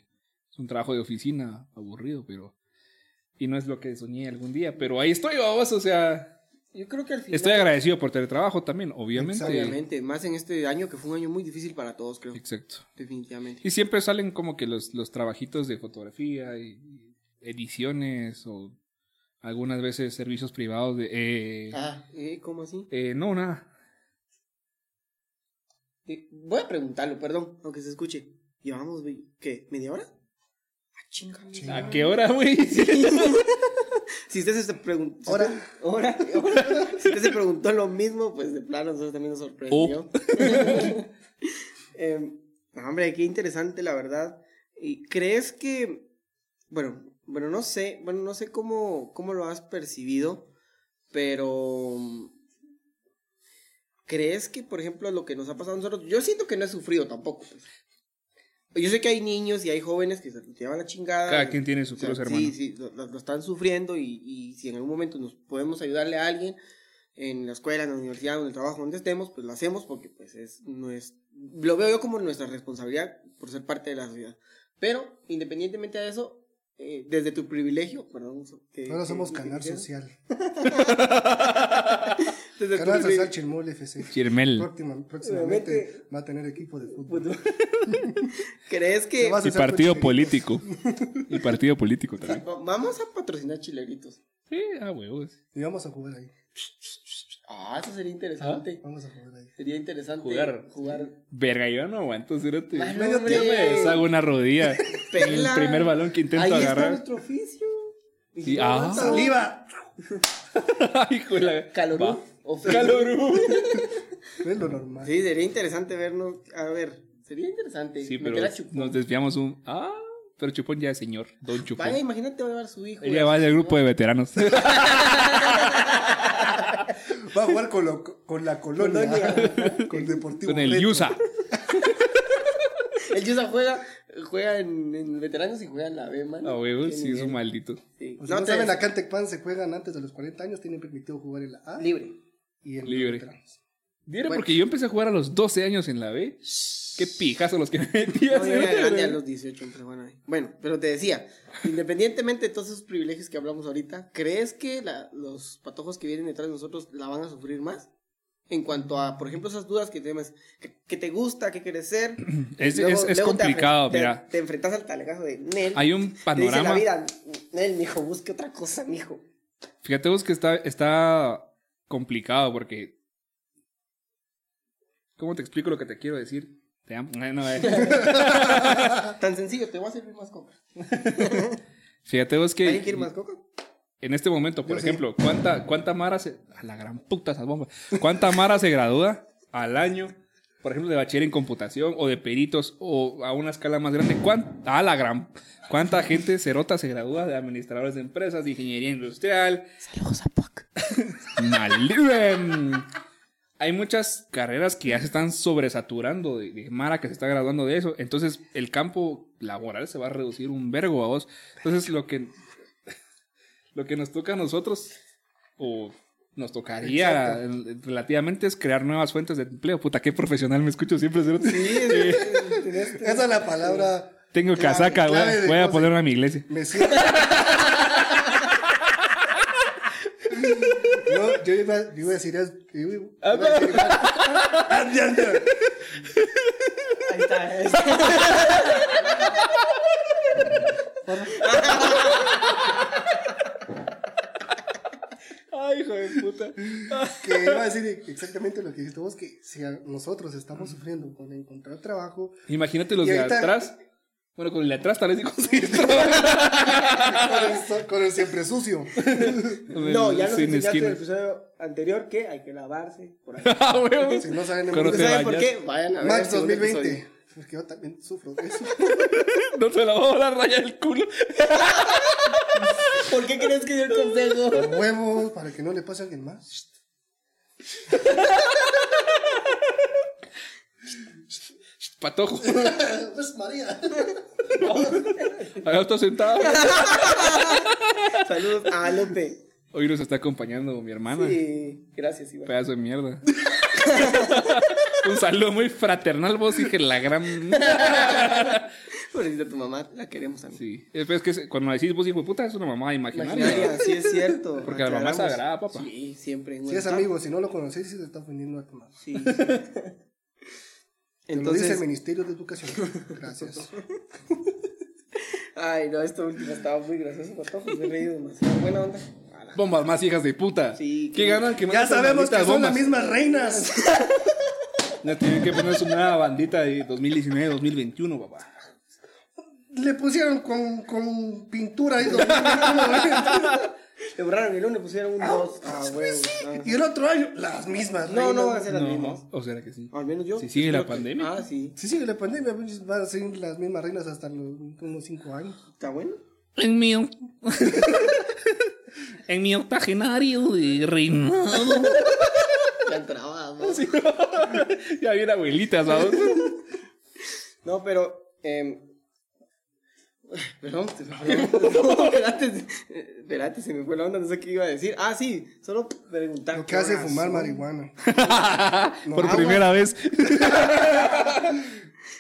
S2: es un trabajo de oficina aburrido, pero. Y no es lo que soñé algún día, pero ahí estoy, babos, o sea.
S1: Yo creo que al final...
S2: Estoy agradecido por teletrabajo también, obviamente.
S1: Obviamente, más en este año que fue un año muy difícil para todos, creo.
S2: Exacto.
S1: Definitivamente.
S2: Y siempre salen como que los, los trabajitos de fotografía y y ediciones o algunas veces servicios privados de. Eh,
S1: Ah, eh, ¿cómo así?
S2: eh, no, nada.
S1: Eh, voy a preguntarlo, perdón, aunque se escuche. Llevamos, ve- ¿qué? ¿Media hora? Ah, chinga, mira. (laughs)
S2: ¿A qué hora, güey?
S1: Si usted se preguntó.
S3: Hora.
S1: (laughs) Hora. hora. Si usted se preguntó lo mismo, pues de plano, nosotros también nos sorprendió. (laughs) Em, no, hombre, qué interesante, la verdad. ¿Y crees que. Bueno, bueno, no sé. Bueno, no sé cómo, cómo lo has percibido, pero. mm, ¿Crees que, por ejemplo, lo que nos ha pasado a nosotros? Yo siento que no he sufrido tampoco. pues. Yo sé que hay niños y hay jóvenes que se llevan la chingada.
S2: Cada quien tiene su
S1: O sea,
S2: cruz, hermano.
S1: sí, sí, lo, lo- lo están sufriendo y, y si en algún momento nos podemos ayudarle a alguien en la escuela, en la universidad, en el trabajo, donde estemos, pues lo hacemos porque pues es, no es, lo veo yo como nuestra responsabilidad por ser parte de la sociedad. Pero independientemente de eso, eh, desde tu privilegio, perdón, so- que-
S3: Ahora
S1: que-
S3: somos
S1: que-
S3: canal
S1: que-
S3: social.
S1: (laughs) desde tu
S3: Canal
S1: privi-
S3: social Chirmol FC.
S2: Chirmel.
S3: Próxima- próximamente
S1: Obviamente.
S3: va a tener equipo de fútbol.
S1: Puto. pues, (laughs) ¿Crees que
S3: Se va a
S2: Y
S3: hacer
S2: partido
S3: cochinitos.
S2: político. Y partido político también.
S1: vamos a patrocinar chileritos?
S2: Sí, ah, huevos.
S3: Y vamos a jugar ahí.
S1: Ah, eso sería interesante.
S3: Vamos a jugar ahí.
S1: Sería interesante
S2: Jugar.
S1: jugar.
S2: Verga, yo no aguanto, cérate.
S1: Mano,
S2: Medio
S1: hombre.
S2: tiempo me deshago una rodilla. el
S1: Pela.
S2: primer balón que intento
S1: Ahí está
S2: agarrar.
S1: nuestro oficio. Y
S2: Sí,
S1: si
S2: ah.
S1: avanza,
S3: ¡Saliva!
S2: Hijo de la...
S1: Calorú.
S2: Va.
S1: o frío.
S2: Calorú.
S3: Es lo normal.
S1: Sí, sería interesante vernos. A ver, sería interesante.
S2: Sí,
S1: meter
S2: pero
S1: a Chupón.
S2: nos desviamos un... Ah, pero Chupón ya es señor. Don Chupón.
S1: Vaya, imagínate va a llevar su hijo.
S2: Él ya va
S1: (laughs)
S2: del grupo de veteranos.
S3: Va a jugar con, lo- con la colonia. (laughs) con el Deportivo.
S2: Con el
S3: Reto.
S2: Yusa.
S1: El Yusa juega, juega en, en veteranos y juega en la B, man.
S2: A huevos,
S1: Qué
S2: Ah, sí, es
S1: nivel.
S2: un maldito.
S1: Sí.
S3: O sea, Pues no,
S1: te
S3: saben,
S1: des-
S3: acá en Tecpan se juegan antes de los 40 años, tienen permitido jugar en la A
S1: Libre.
S3: y en los
S2: Libre.
S3: veteranos.
S2: Diera
S1: Bueno.
S2: porque yo empecé a jugar a los 12 años en la B. Qué pijazo los que me metías.
S1: No, yo era grande a los 18, entonces, bueno, ahí. Bueno, pero te decía, independientemente de todos esos privilegios que hablamos ahorita, ¿crees que la- los patojos que vienen detrás de nosotros la van a sufrir más? En cuanto a, por ejemplo, esas dudas que tienes, que, que te gusta, que quieres ser.
S2: Es,
S1: luego-
S2: es- es
S1: luego te
S2: complicado,
S1: afren- te,
S2: mira.
S1: Te enfrentas al talegazo de Nel.
S2: Hay
S1: te
S2: un
S1: dice la
S2: panorama.
S1: vida, Nel, mijo, busque otra cosa, mijo.
S2: Fíjate vos que está, está complicado porque. ¿Cómo te explico lo que te quiero decir? Te amo. No, no, eh.
S1: Tan sencillo, te voy a servir más coca.
S2: Fíjate vos
S1: ¿Alguien quiere
S2: que
S1: más coca?
S2: en este momento, por
S3: Yo sí.
S2: ejemplo, ¿cuánta, ¿cuánta Mara se. A la gran puta esas bombas. ¿Cuánta Mara se gradúa al año? Por ejemplo, de bachiller en computación o de peritos o a una escala más grande. ¿Cuánta, a la gran. ¿Cuánta gente cerota se gradúa de administradores de empresas, de ingeniería industrial,
S1: Saludos a
S2: (laughs)
S1: Puck.
S2: Malibem. Hay muchas carreras que ya se están sobresaturando de, de Mara que se está graduando de eso. Entonces, el campo laboral se va a reducir un vergo a vos. Entonces, lo que, lo que nos toca a nosotros, o nos tocaría eh, relativamente, es crear nuevas fuentes de empleo. Puta, qué profesional me escucho siempre. cerote. (laughs)
S3: Este, Esa es la palabra.
S2: Tengo
S3: clave-
S2: casaca,
S3: clave
S2: voy a-
S3: de
S2: voy a
S3: cosas.
S2: ponerla a mi iglesia.
S1: (laughs)
S3: Me siento. No, yo iba, yo iba a decir. es- yo iba-
S2: Ah,
S3: iba a decir- Ande, ande.
S1: Ahí está, (laughs) ahí está.
S2: Ay, hijo de puta.
S3: que iba a decir exactamente lo que dijiste vos, que si a- nosotros estamos sufriendo con encontrar
S1: (laughs)
S3: trabajo,
S2: Imagínate los
S3: Y
S2: de
S3: ahorita-
S2: atrás. Bueno, con el de atrás tal vez (laughs) sí conseguís
S3: (laughs)
S2: trabajo.
S3: con el, so- con el siempre sucio.
S1: No, ya nos enseñaste
S2: Sin
S1: en el
S2: esquinas.
S1: episodio anterior que hay que lavarse por ahí.
S2: (laughs) Ah, huevos.
S3: Si no saben de
S2: Cuando te
S3: mundo-
S1: ¿Saben por
S2: bañas.
S1: qué? Vayan a ver. el
S3: Max
S1: segundo
S3: 2020.
S1: episodio.
S3: Porque yo también sufro de eso.
S2: No te lavó la raya del culo. (laughs)
S1: ¿Por qué crees que dio el consejo?
S3: Con huevos, para que no le pase a alguien más.
S2: Patojo.
S3: (laughs) Pues María.
S2: Acá está sentado.
S1: (laughs) Saludos a Lope.
S2: Hoy nos está acompañando mi hermana.
S1: Sí, gracias, Iván.
S2: Pedazo de mierda. (laughs) Un saludo muy fraternal, vos dije la gran.
S1: Pobrecita tu mamá, la queremos a mí.
S2: Sí. Es pues que es- cuando decís vos hijo de puta, es una mamá imaginaria.
S1: Imaginaria, sí es cierto.
S2: Porque la mamá es
S1: Aclaramos.
S2: sagrada, papá.
S1: Sí, siempre.
S3: Si es amigo, si no lo conocéis, si te está ofendiendo a tu madre.
S1: (laughs) Sí.
S3: Te lo dice el
S1: Entonces,
S3: Ministerio de Educación.
S1: (laughs)
S3: Gracias.
S1: ay, no, esto último estaba muy gracioso, Patojo. Me he reído demasiado. Buena onda. Ala.
S2: Bombas más hijas de puta.
S1: Sí,
S2: ¿Qué
S1: que-
S2: ganan? Que
S3: Ya
S2: manden sus
S3: sabemos que
S2: malditas
S3: son las
S2: bombas.
S3: mismas reinas.
S2: Ya tienen que ponerse una bandita de 2019, 2021, papá.
S3: Le pusieron con, con pintura ahí.
S1: Le borraron el uno, le pusieron un 2. (laughs) Ah, huevo. Ah.
S3: y el otro año, las mismas
S1: No,
S3: reinas.
S1: no van a ser las mismas.
S2: No, o será que sí.
S1: Al menos yo.
S2: Si sigue la
S1: espero que-
S2: pandemia.
S1: Ah, sí.
S3: Si sigue la pandemia, pues, van a seguir las mismas reinas hasta los unos 5 años.
S1: Está bueno.
S2: En mi, oc- (laughs) en mi octogenario de reinado.
S1: Ya entraba, ¿no?
S2: ya bien abuelitas, ¿sabes?
S1: (laughs) No, pero. Eh, (laughs) perdón, se me fue la onda. No, espérate, eh, espérate, se me fue la onda, no sé qué iba a decir. Ah, sí, solo preguntar.
S3: Lo que hace
S1: horas
S3: fumar
S1: son.
S3: marihuana.
S2: Por
S1: agua.
S2: primera vez.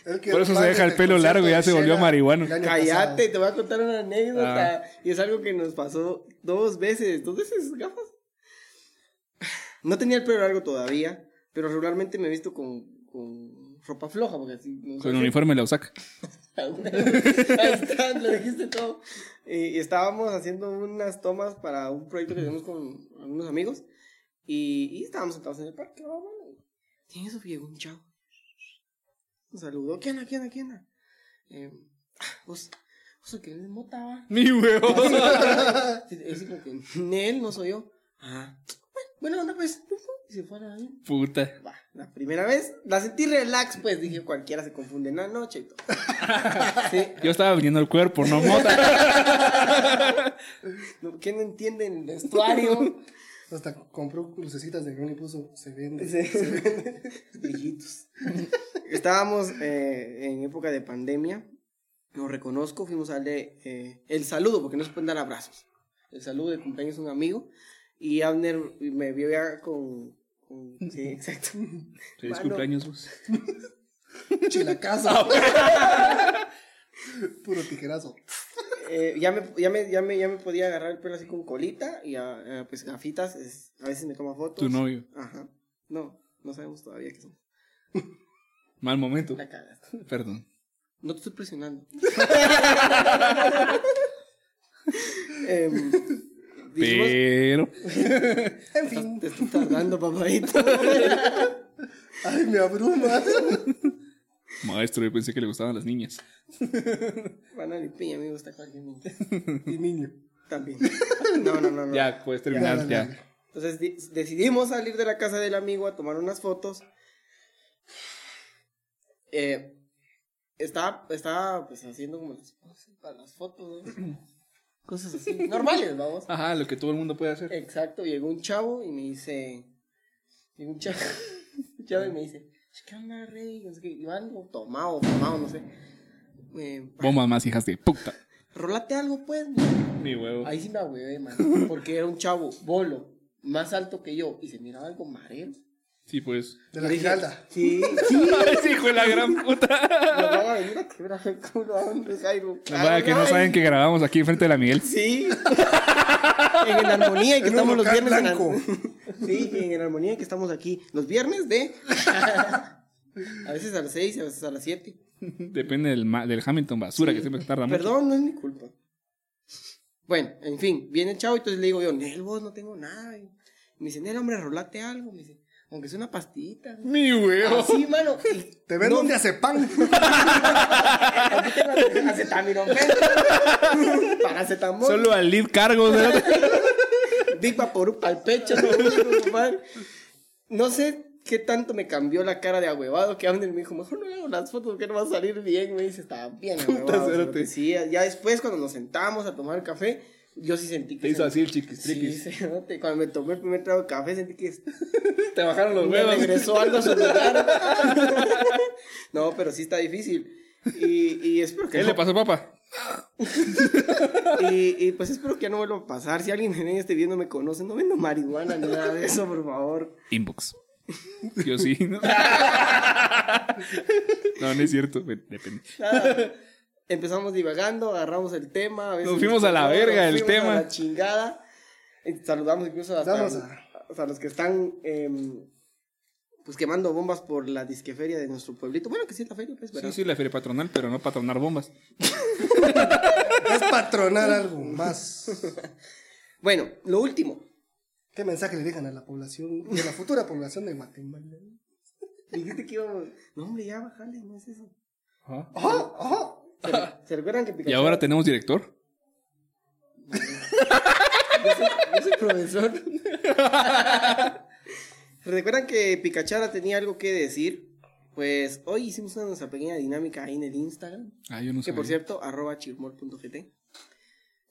S3: El que
S2: Por eso se
S3: padre
S2: deja el
S3: del
S2: pelo
S3: concierto
S2: largo y ya
S3: de
S2: se volvió
S3: Shela
S2: marihuano.
S3: el año
S1: Cállate, te voy a contar una anécdota. Y es algo que nos pasó dos veces. ¿Dos veces, gafas? No tenía el pelo largo todavía, pero regularmente me he visto con, con ropa floja, porque así. No sé
S2: Con
S1: hacer.
S2: uniforme la USAC.
S1: (laughs) Ahí está, lo dijiste todo. Y, y estábamos haciendo unas tomas para un proyecto que tenemos con algunos amigos. Y, y estábamos sentados en el parque. ah, bueno. Y en eso llegó un chavo. Nos saludó. ¿Quién onda? ¿Quién onda? ¿Quién onda? Eh, ah, vos, vos el que vendes mota, (laughs) va.
S2: Ni huevo.
S1: Sí, Es como que, Nel, no soy yo. Ah, bueno, bueno, onda, pues. Y se fue a la
S2: Puta.
S1: Va, la primera vez la sentí relax, pues dije cualquiera se confunde en la noche y (laughs) todo. Sí,
S2: Yo estaba abriendo el cuerpo, no (laughs) mota.
S1: no, ¿Quién no entiende el vestuario?
S3: Hasta compró lucecitas de neón y puso, se vende.
S1: Sí. Brillitos. Estábamos eh, en época de pandemia, lo reconozco, fuimos a darle eh, el saludo, porque no se pueden dar abrazos. El saludo de cumpleaños a un amigo, y Abner me vio ya con... con- sí, exacto.
S2: Feliz
S1: Mano.
S2: cumpleaños, vos.
S3: (laughs) Chilacazo. (laughs) Puro tijerazo.
S1: Eh, ya, me, ya, me, ya, me, ya me podía agarrar el pelo así con colita y a, a, pues gafitas. es- a veces me toma fotos.
S2: Tu novio.
S1: Ajá. No, no sabemos todavía qué somos.
S2: Mal momento.
S1: La cagaste.
S2: Perdón.
S1: No te estoy (laughs) presionando. Em, dijimos,
S2: Pero.
S3: En
S1: "Estás-
S3: fin.
S1: te estoy tardando, papadito. (laughs)
S3: Ay, me abrumas.
S2: Maestro, yo pensé que le gustaban las niñas.
S1: Van a mi piña, me gusta cualquier niño.
S3: Y niño.
S1: (laughs) También. No, no, no. no.
S2: Ya, puedes terminar,
S3: Ya, ya,
S2: ya.
S1: Entonces di- decidimos salir de la casa del amigo a tomar unas fotos. Eh, estaba, estaba pues haciendo como las, poses para las fotos, ¿no? cosas así, normales, vamos.
S2: Ajá, lo que todo el mundo puede hacer.
S1: Exacto, llegó un chavo y me dice, llegó un chavo, (laughs) un chavo y me dice, ¿qué onda, rey? No sé qué, yo algo tomado, tomado, no sé. Eh,
S2: Vos más hijas de puta.
S1: Rólate algo, pues. mira".
S2: Ni huevo.
S1: Ahí sí me agüevé, man. Porque era un chavo bolo, más alto que yo, y se miraba algo marero.
S2: Sí, pues. (laughs)
S3: De la
S1: Le dije,
S3: giralda.
S1: Sí, sí.
S2: Ese hijo de la gran (laughs) puta.
S1: Nos van a venir a quebrar (laughs) el culo a dónde, Jairo.
S2: Para que no saben que grabamos aquí enfrente de la Miguel.
S1: Sí. en el armonía y que
S3: En
S1: estamos
S3: un
S1: los
S3: local
S1: viernes. en
S3: blanco.
S1: Ar- sí, en el armonía y que estamos aquí los viernes de. a veces a las 6, a veces a las 7.
S2: Depende del, ma- del Hamilton basura que siempre tarda mucho.
S1: Perdón, no es mi culpa. Bueno, en fin, viene el chavo y entonces le digo yo, Nel, vos no tengo nada. Y me dice, Nel, hombre, rolate algo. Me dice, aunque sea una pastillita.
S2: Mi huevo.
S1: Así, mano.
S3: (laughs)
S1: y-
S3: Te ven
S1: no,
S3: donde hace pan.
S1: aquí tengo
S3: (laughs)
S1: acetaminofén. Paracetamol.
S2: Solo al lead cargo. ¿verdad?
S1: Big Vaporub al pecho. ¿no? (laughs) Compadre. No sé qué tanto me cambió la cara de ahuevado que Abner me dijo, mejor no hago las fotos porque no va a salir bien. Me dice, estaba bien ahuevado.
S2: cérate.
S1: cerote. Sí, ya después cuando nos sentamos a tomar café, yo sí sentí que...
S2: Te (laughs) hizo
S1: se-
S2: así el chiquis
S1: Sí, (laughs)
S2: triquis.
S1: cerote. Cuando me tomé el primer trago de café sentí que
S2: (laughs) Te bajaron los
S1: me
S2: huevos.
S1: regresó algo a
S2: (laughs)
S1: su lugar. (laughs) no, pero sí está difícil. Y, y espero que
S2: ¿Qué
S1: no-
S2: le pasó, papá?
S1: y, y, pues espero que ya no vuelva a pasar. Si alguien en este video me conoce, no vendo marihuana ni nada de eso, por favor.
S2: Inbox. Yo sí. No, no, no es cierto. güey, Depende.
S1: Nada. Empezamos divagando, agarramos el tema. a veces
S2: Nos fuimos a la verga
S1: nos
S2: del
S1: fuimos
S2: tema.
S1: A la chingada. Eh, Saludamos incluso hasta,
S3: Vamos a-
S1: hasta los que están em, pues quemando bombas por la disqueferia de nuestro pueblito. Bueno, que sí es la feria, pues, ¿verdad?
S2: Sí, sí, la feria patronal, pero no patronar bombas.
S3: Es patronar algo más.
S1: Bueno, lo último.
S3: ¿Qué mensaje le dejan a la población, a la futura población de Guatemala?
S1: Dijiste que íbamos. No, hombre, ya bajale, no es eso.
S3: ¡Ajá! ¡Ajá!
S1: ¿Se, se recuerdan que Pikachu?
S2: Y ahora tenemos director.
S1: Yo soy profesor. ¿Recuerdan que Picachara tenía algo que decir? Pues hoy hicimos una nuestra pequeña dinámica ahí en el Instagram.
S2: Ah, yo no sé.
S1: Que por cierto, arroba chirmol.gt.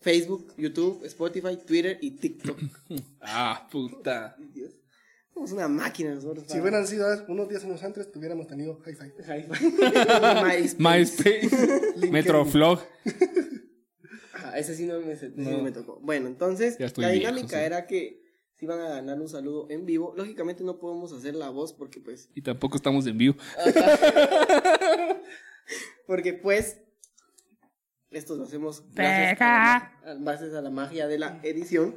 S1: Facebook, YouTube, Spotify, Twitter y
S2: (clears throat)
S1: TikTok.
S2: Ah, puta.
S1: Dios. Somos una máquina nosotros.
S3: Si hubieran sido unos 10 años antes, tuviéramos tenido hi-fi.
S1: Ay, (laughs) MySpace. (laughs)
S2: MySpace. Metroflog.
S1: Ajá, ese sí no me, ese sí no me tocó. Bueno, entonces,
S2: Ya estoy
S1: la
S2: viejo,
S1: dinámica
S2: sí.
S1: era que si iban a ganar un saludo en vivo, lógicamente no podemos hacer la voz porque pues
S2: Y tampoco estamos en vivo.
S1: Porque pues esto lo hacemos gracias a, la, gracias a la magia de la edición.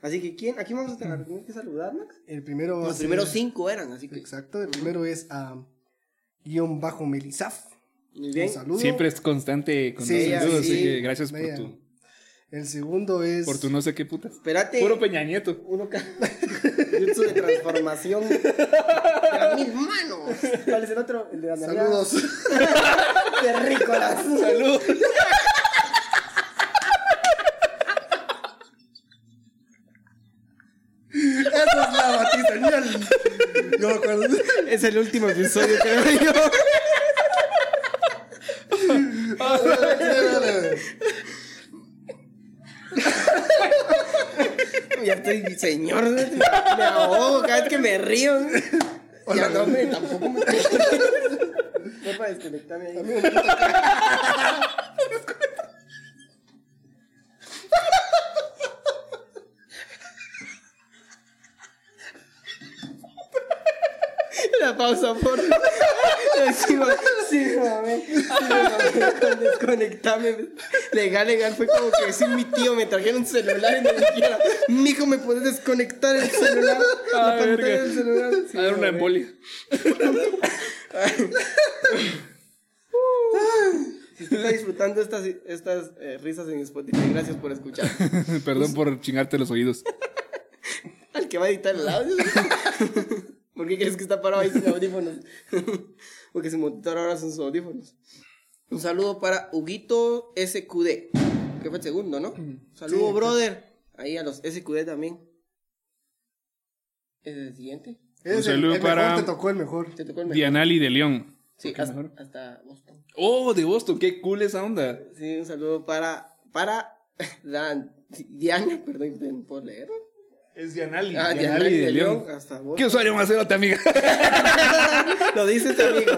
S1: Así que quién, aquí vamos a tener tener que saludar, Max.
S3: El primero. va a
S1: Los
S3: ser-
S1: primeros cinco eran, así que
S3: Exacto. El primero es a guión bajo ah, Melizaf.
S1: Muy bien.
S3: Un saludo.
S2: Siempre es constante con
S3: Sí,
S2: los
S1: ya,
S2: saludos,
S1: sí.
S2: así que gracias por
S3: Vaya.
S2: tu,
S3: El segundo es.
S2: por tu no sé qué putas.
S1: Espérate.
S2: Puro Peña Nieto.
S1: Uno ca- (laughs) Jutsu de
S3: (laughs)
S1: transformación. Pero mis manos.
S4: ¿Cuál es el otro? El de la nalgada.
S3: Saludos.
S1: Terrícolas.
S2: Saludos.
S3: Esa es la batista. mira el- Yo me
S1: (laughs)
S3: acuerdo.
S1: Es el último episodio, creo
S2: (laughs)
S1: yo. Ya estoy, señor. Me ahogo cada vez que me río. Ya no me, tampoco me.
S4: Porfa, desconectame ahí.
S1: La pausa, por favor. Sí, ma- sí, mame. Sí, mame. Desconectame. Legal, legal. Fue como que sí, mi tío me trajeron un celular y me dijeron: Mijo, ¿me puedes desconectar el celular? La
S2: Ah,
S1: pantalla
S2: verga.
S1: del celular. Sí,
S2: A dar una
S1: mame.
S2: embolia.
S1: Si usted está disfrutando estas, estas eh, risas en Spotify, gracias por escuchar.
S2: (laughs)
S1: Pues
S2: Perdón por chingarte los oídos.
S1: Al que va a editar el audio. (laughs) ¿Por qué crees que está parado ahí sin audífonos? (laughs) Porque su monitor ahora son sus audífonos. Un saludo para Huguito SQD, que fue el segundo, ¿no? Saludo,
S3: Sí.
S1: brother. Ahí a los SQD también. ¿Es el siguiente?
S3: Es
S2: Un saludo
S3: el, el
S2: para-
S3: Mejor te tocó el mejor.
S1: ¿Te tocó el mejor?
S2: Dianali de León.
S1: Sí,
S2: ¿Qué
S1: hasta,
S2: mejor?
S1: hasta Boston.
S2: Oh, de Boston, qué cool esa onda.
S1: Sí, un saludo para, para (laughs) Dan- Diana, perdón, no puedo leer.
S2: Es Dianali.
S1: Ah,
S2: Dianali,
S1: Diana
S2: de, León.
S1: Hasta Boston.
S2: ¿Qué usuario más cerote,
S3: (laughs)
S2: amiga?
S1: Lo dice tu amigo.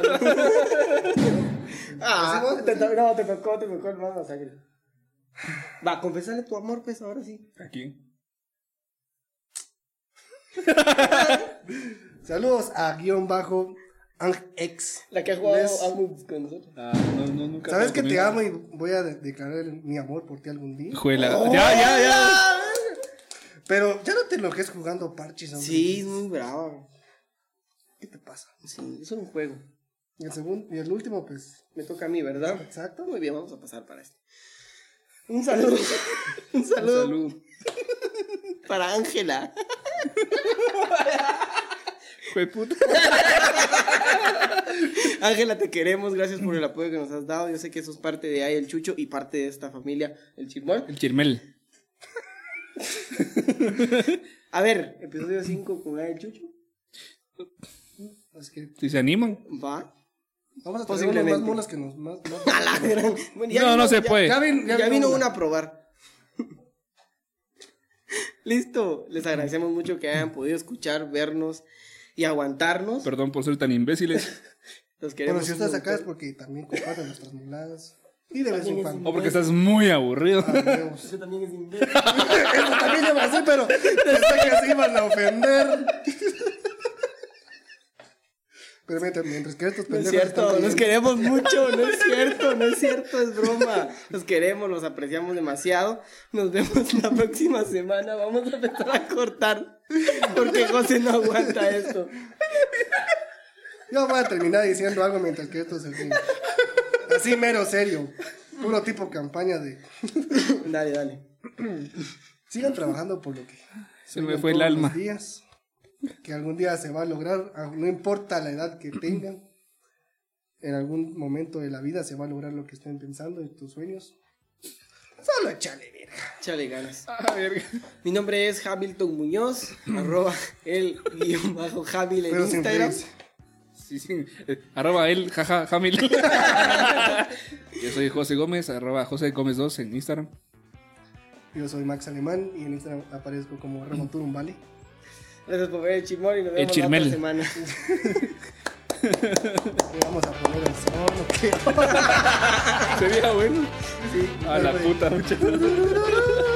S1: ah,
S4: Te to- No, te tocó, te tocó el más masacre.
S1: va, confesarle tu amor, pues ahora sí.
S2: Aquí.
S3: Saludos a guión bajo Ang X.
S1: La que ha jugado
S3: Les-
S1: Abu con nosotros.
S2: Ah, no, no, nunca.
S3: ¿Sabes que te
S2: conmigo.
S3: amo y voy a de- declarar el- mi amor por ti algún día?
S2: Juela. Ya, ya, ya.
S3: (laughs) Pero ya no te enlojes jugando parches. hombre.
S1: Sí, es muy brava.
S3: ¿Qué te pasa?
S1: Sí, es un juego.
S3: Y el segundo y el último, pues.
S1: Me toca a mí, ¿verdad?
S3: Exacto.
S1: Muy bien, vamos a pasar para este. esto. Un (laughs) saludo. un saludo
S2: Salud.
S1: (laughs) para Ángela.
S2: Jueputa.
S1: Ángela, te queremos. Gracias por el apoyo que nos has dado. Yo sé que sos parte de ahí, el Chucho, y parte de esta familia, el Chirmol.
S2: El chirmel.
S1: A ver, episodio 5 con el Chucho.
S3: Así que
S2: Si se animan.
S1: Va. (laughs)
S3: vamos a tener unos
S1: Posiblemente.
S3: más molas que nos. Más, más-
S1: (laughs) A la gran- Bueno, ya
S2: No, no se
S1: ya-
S2: puede.
S1: Ya, vin- ya
S3: Ya
S1: vino
S3: vino
S1: una
S3: una.
S1: a probar. (laughs) Listo. Les agradecemos mucho que hayan podido escuchar, vernos y aguantarnos.
S2: Perdón por ser tan imbéciles.
S1: Los queremos.
S3: Bueno, si estás
S1: un
S3: acá es
S1: montón. (laughs)
S3: porque también comparten nuestras muladas. Y de vez en
S2: O
S3: cuando.
S2: porque estás muy aburrido.
S3: Adiós.
S4: Yo también es imbécil.
S3: (laughs) Eso también iba a decir, pero pensé que se iban a ofender. (laughs) Pero mientras, mientras que
S1: (laughs)
S3: estos
S1: No es
S3: pendejos.
S1: cierto,
S3: están-
S1: los queremos mucho, no
S4: (laughs)
S1: es cierto, no es cierto, es broma. Los queremos, los apreciamos demasiado. Nos vemos la próxima semana. Vamos a empezar a cortar porque José no aguanta esto.
S3: Yo voy a terminar diciendo algo mientras que esto se ríe. Así mero serio. Puro tipo campaña de.
S1: Dale, dale.
S3: Sigan trabajando por lo que.
S2: Se me
S3: sueñan
S2: fue el
S3: todos
S2: alma.
S3: los días, que algún día se va a lograr, a- no importa la edad que tengan. En algún momento de la vida se va a lograr lo que estén pensando y tus sueños. Solo échale, verga.
S1: Chale ganas.
S2: Ah, verga.
S1: Mi nombre es Hamilton Muñoz,
S3: (clears throat)
S1: arroba el guión bajo Hamil en
S3: Pero sin
S1: Instagram.
S3: reírse.
S2: Sí, sí. Eh, Arroba él, jaja,
S3: (laughs)
S2: Jamil. Yo soy José Gómez, arroba José Gómez 2 en Instagram.
S3: Yo soy Max Alemán y en Instagram aparezco como Ramón Turum, ¿vale?
S1: Gracias por ver el chimón y nos
S2: El
S1: vemos la otra
S2: chirmel.
S3: (laughs)
S1: semana.
S3: Le Vamos a poner el (laughs) son.
S2: Sería bueno. A la puta, muchachos.
S3: ¿ok?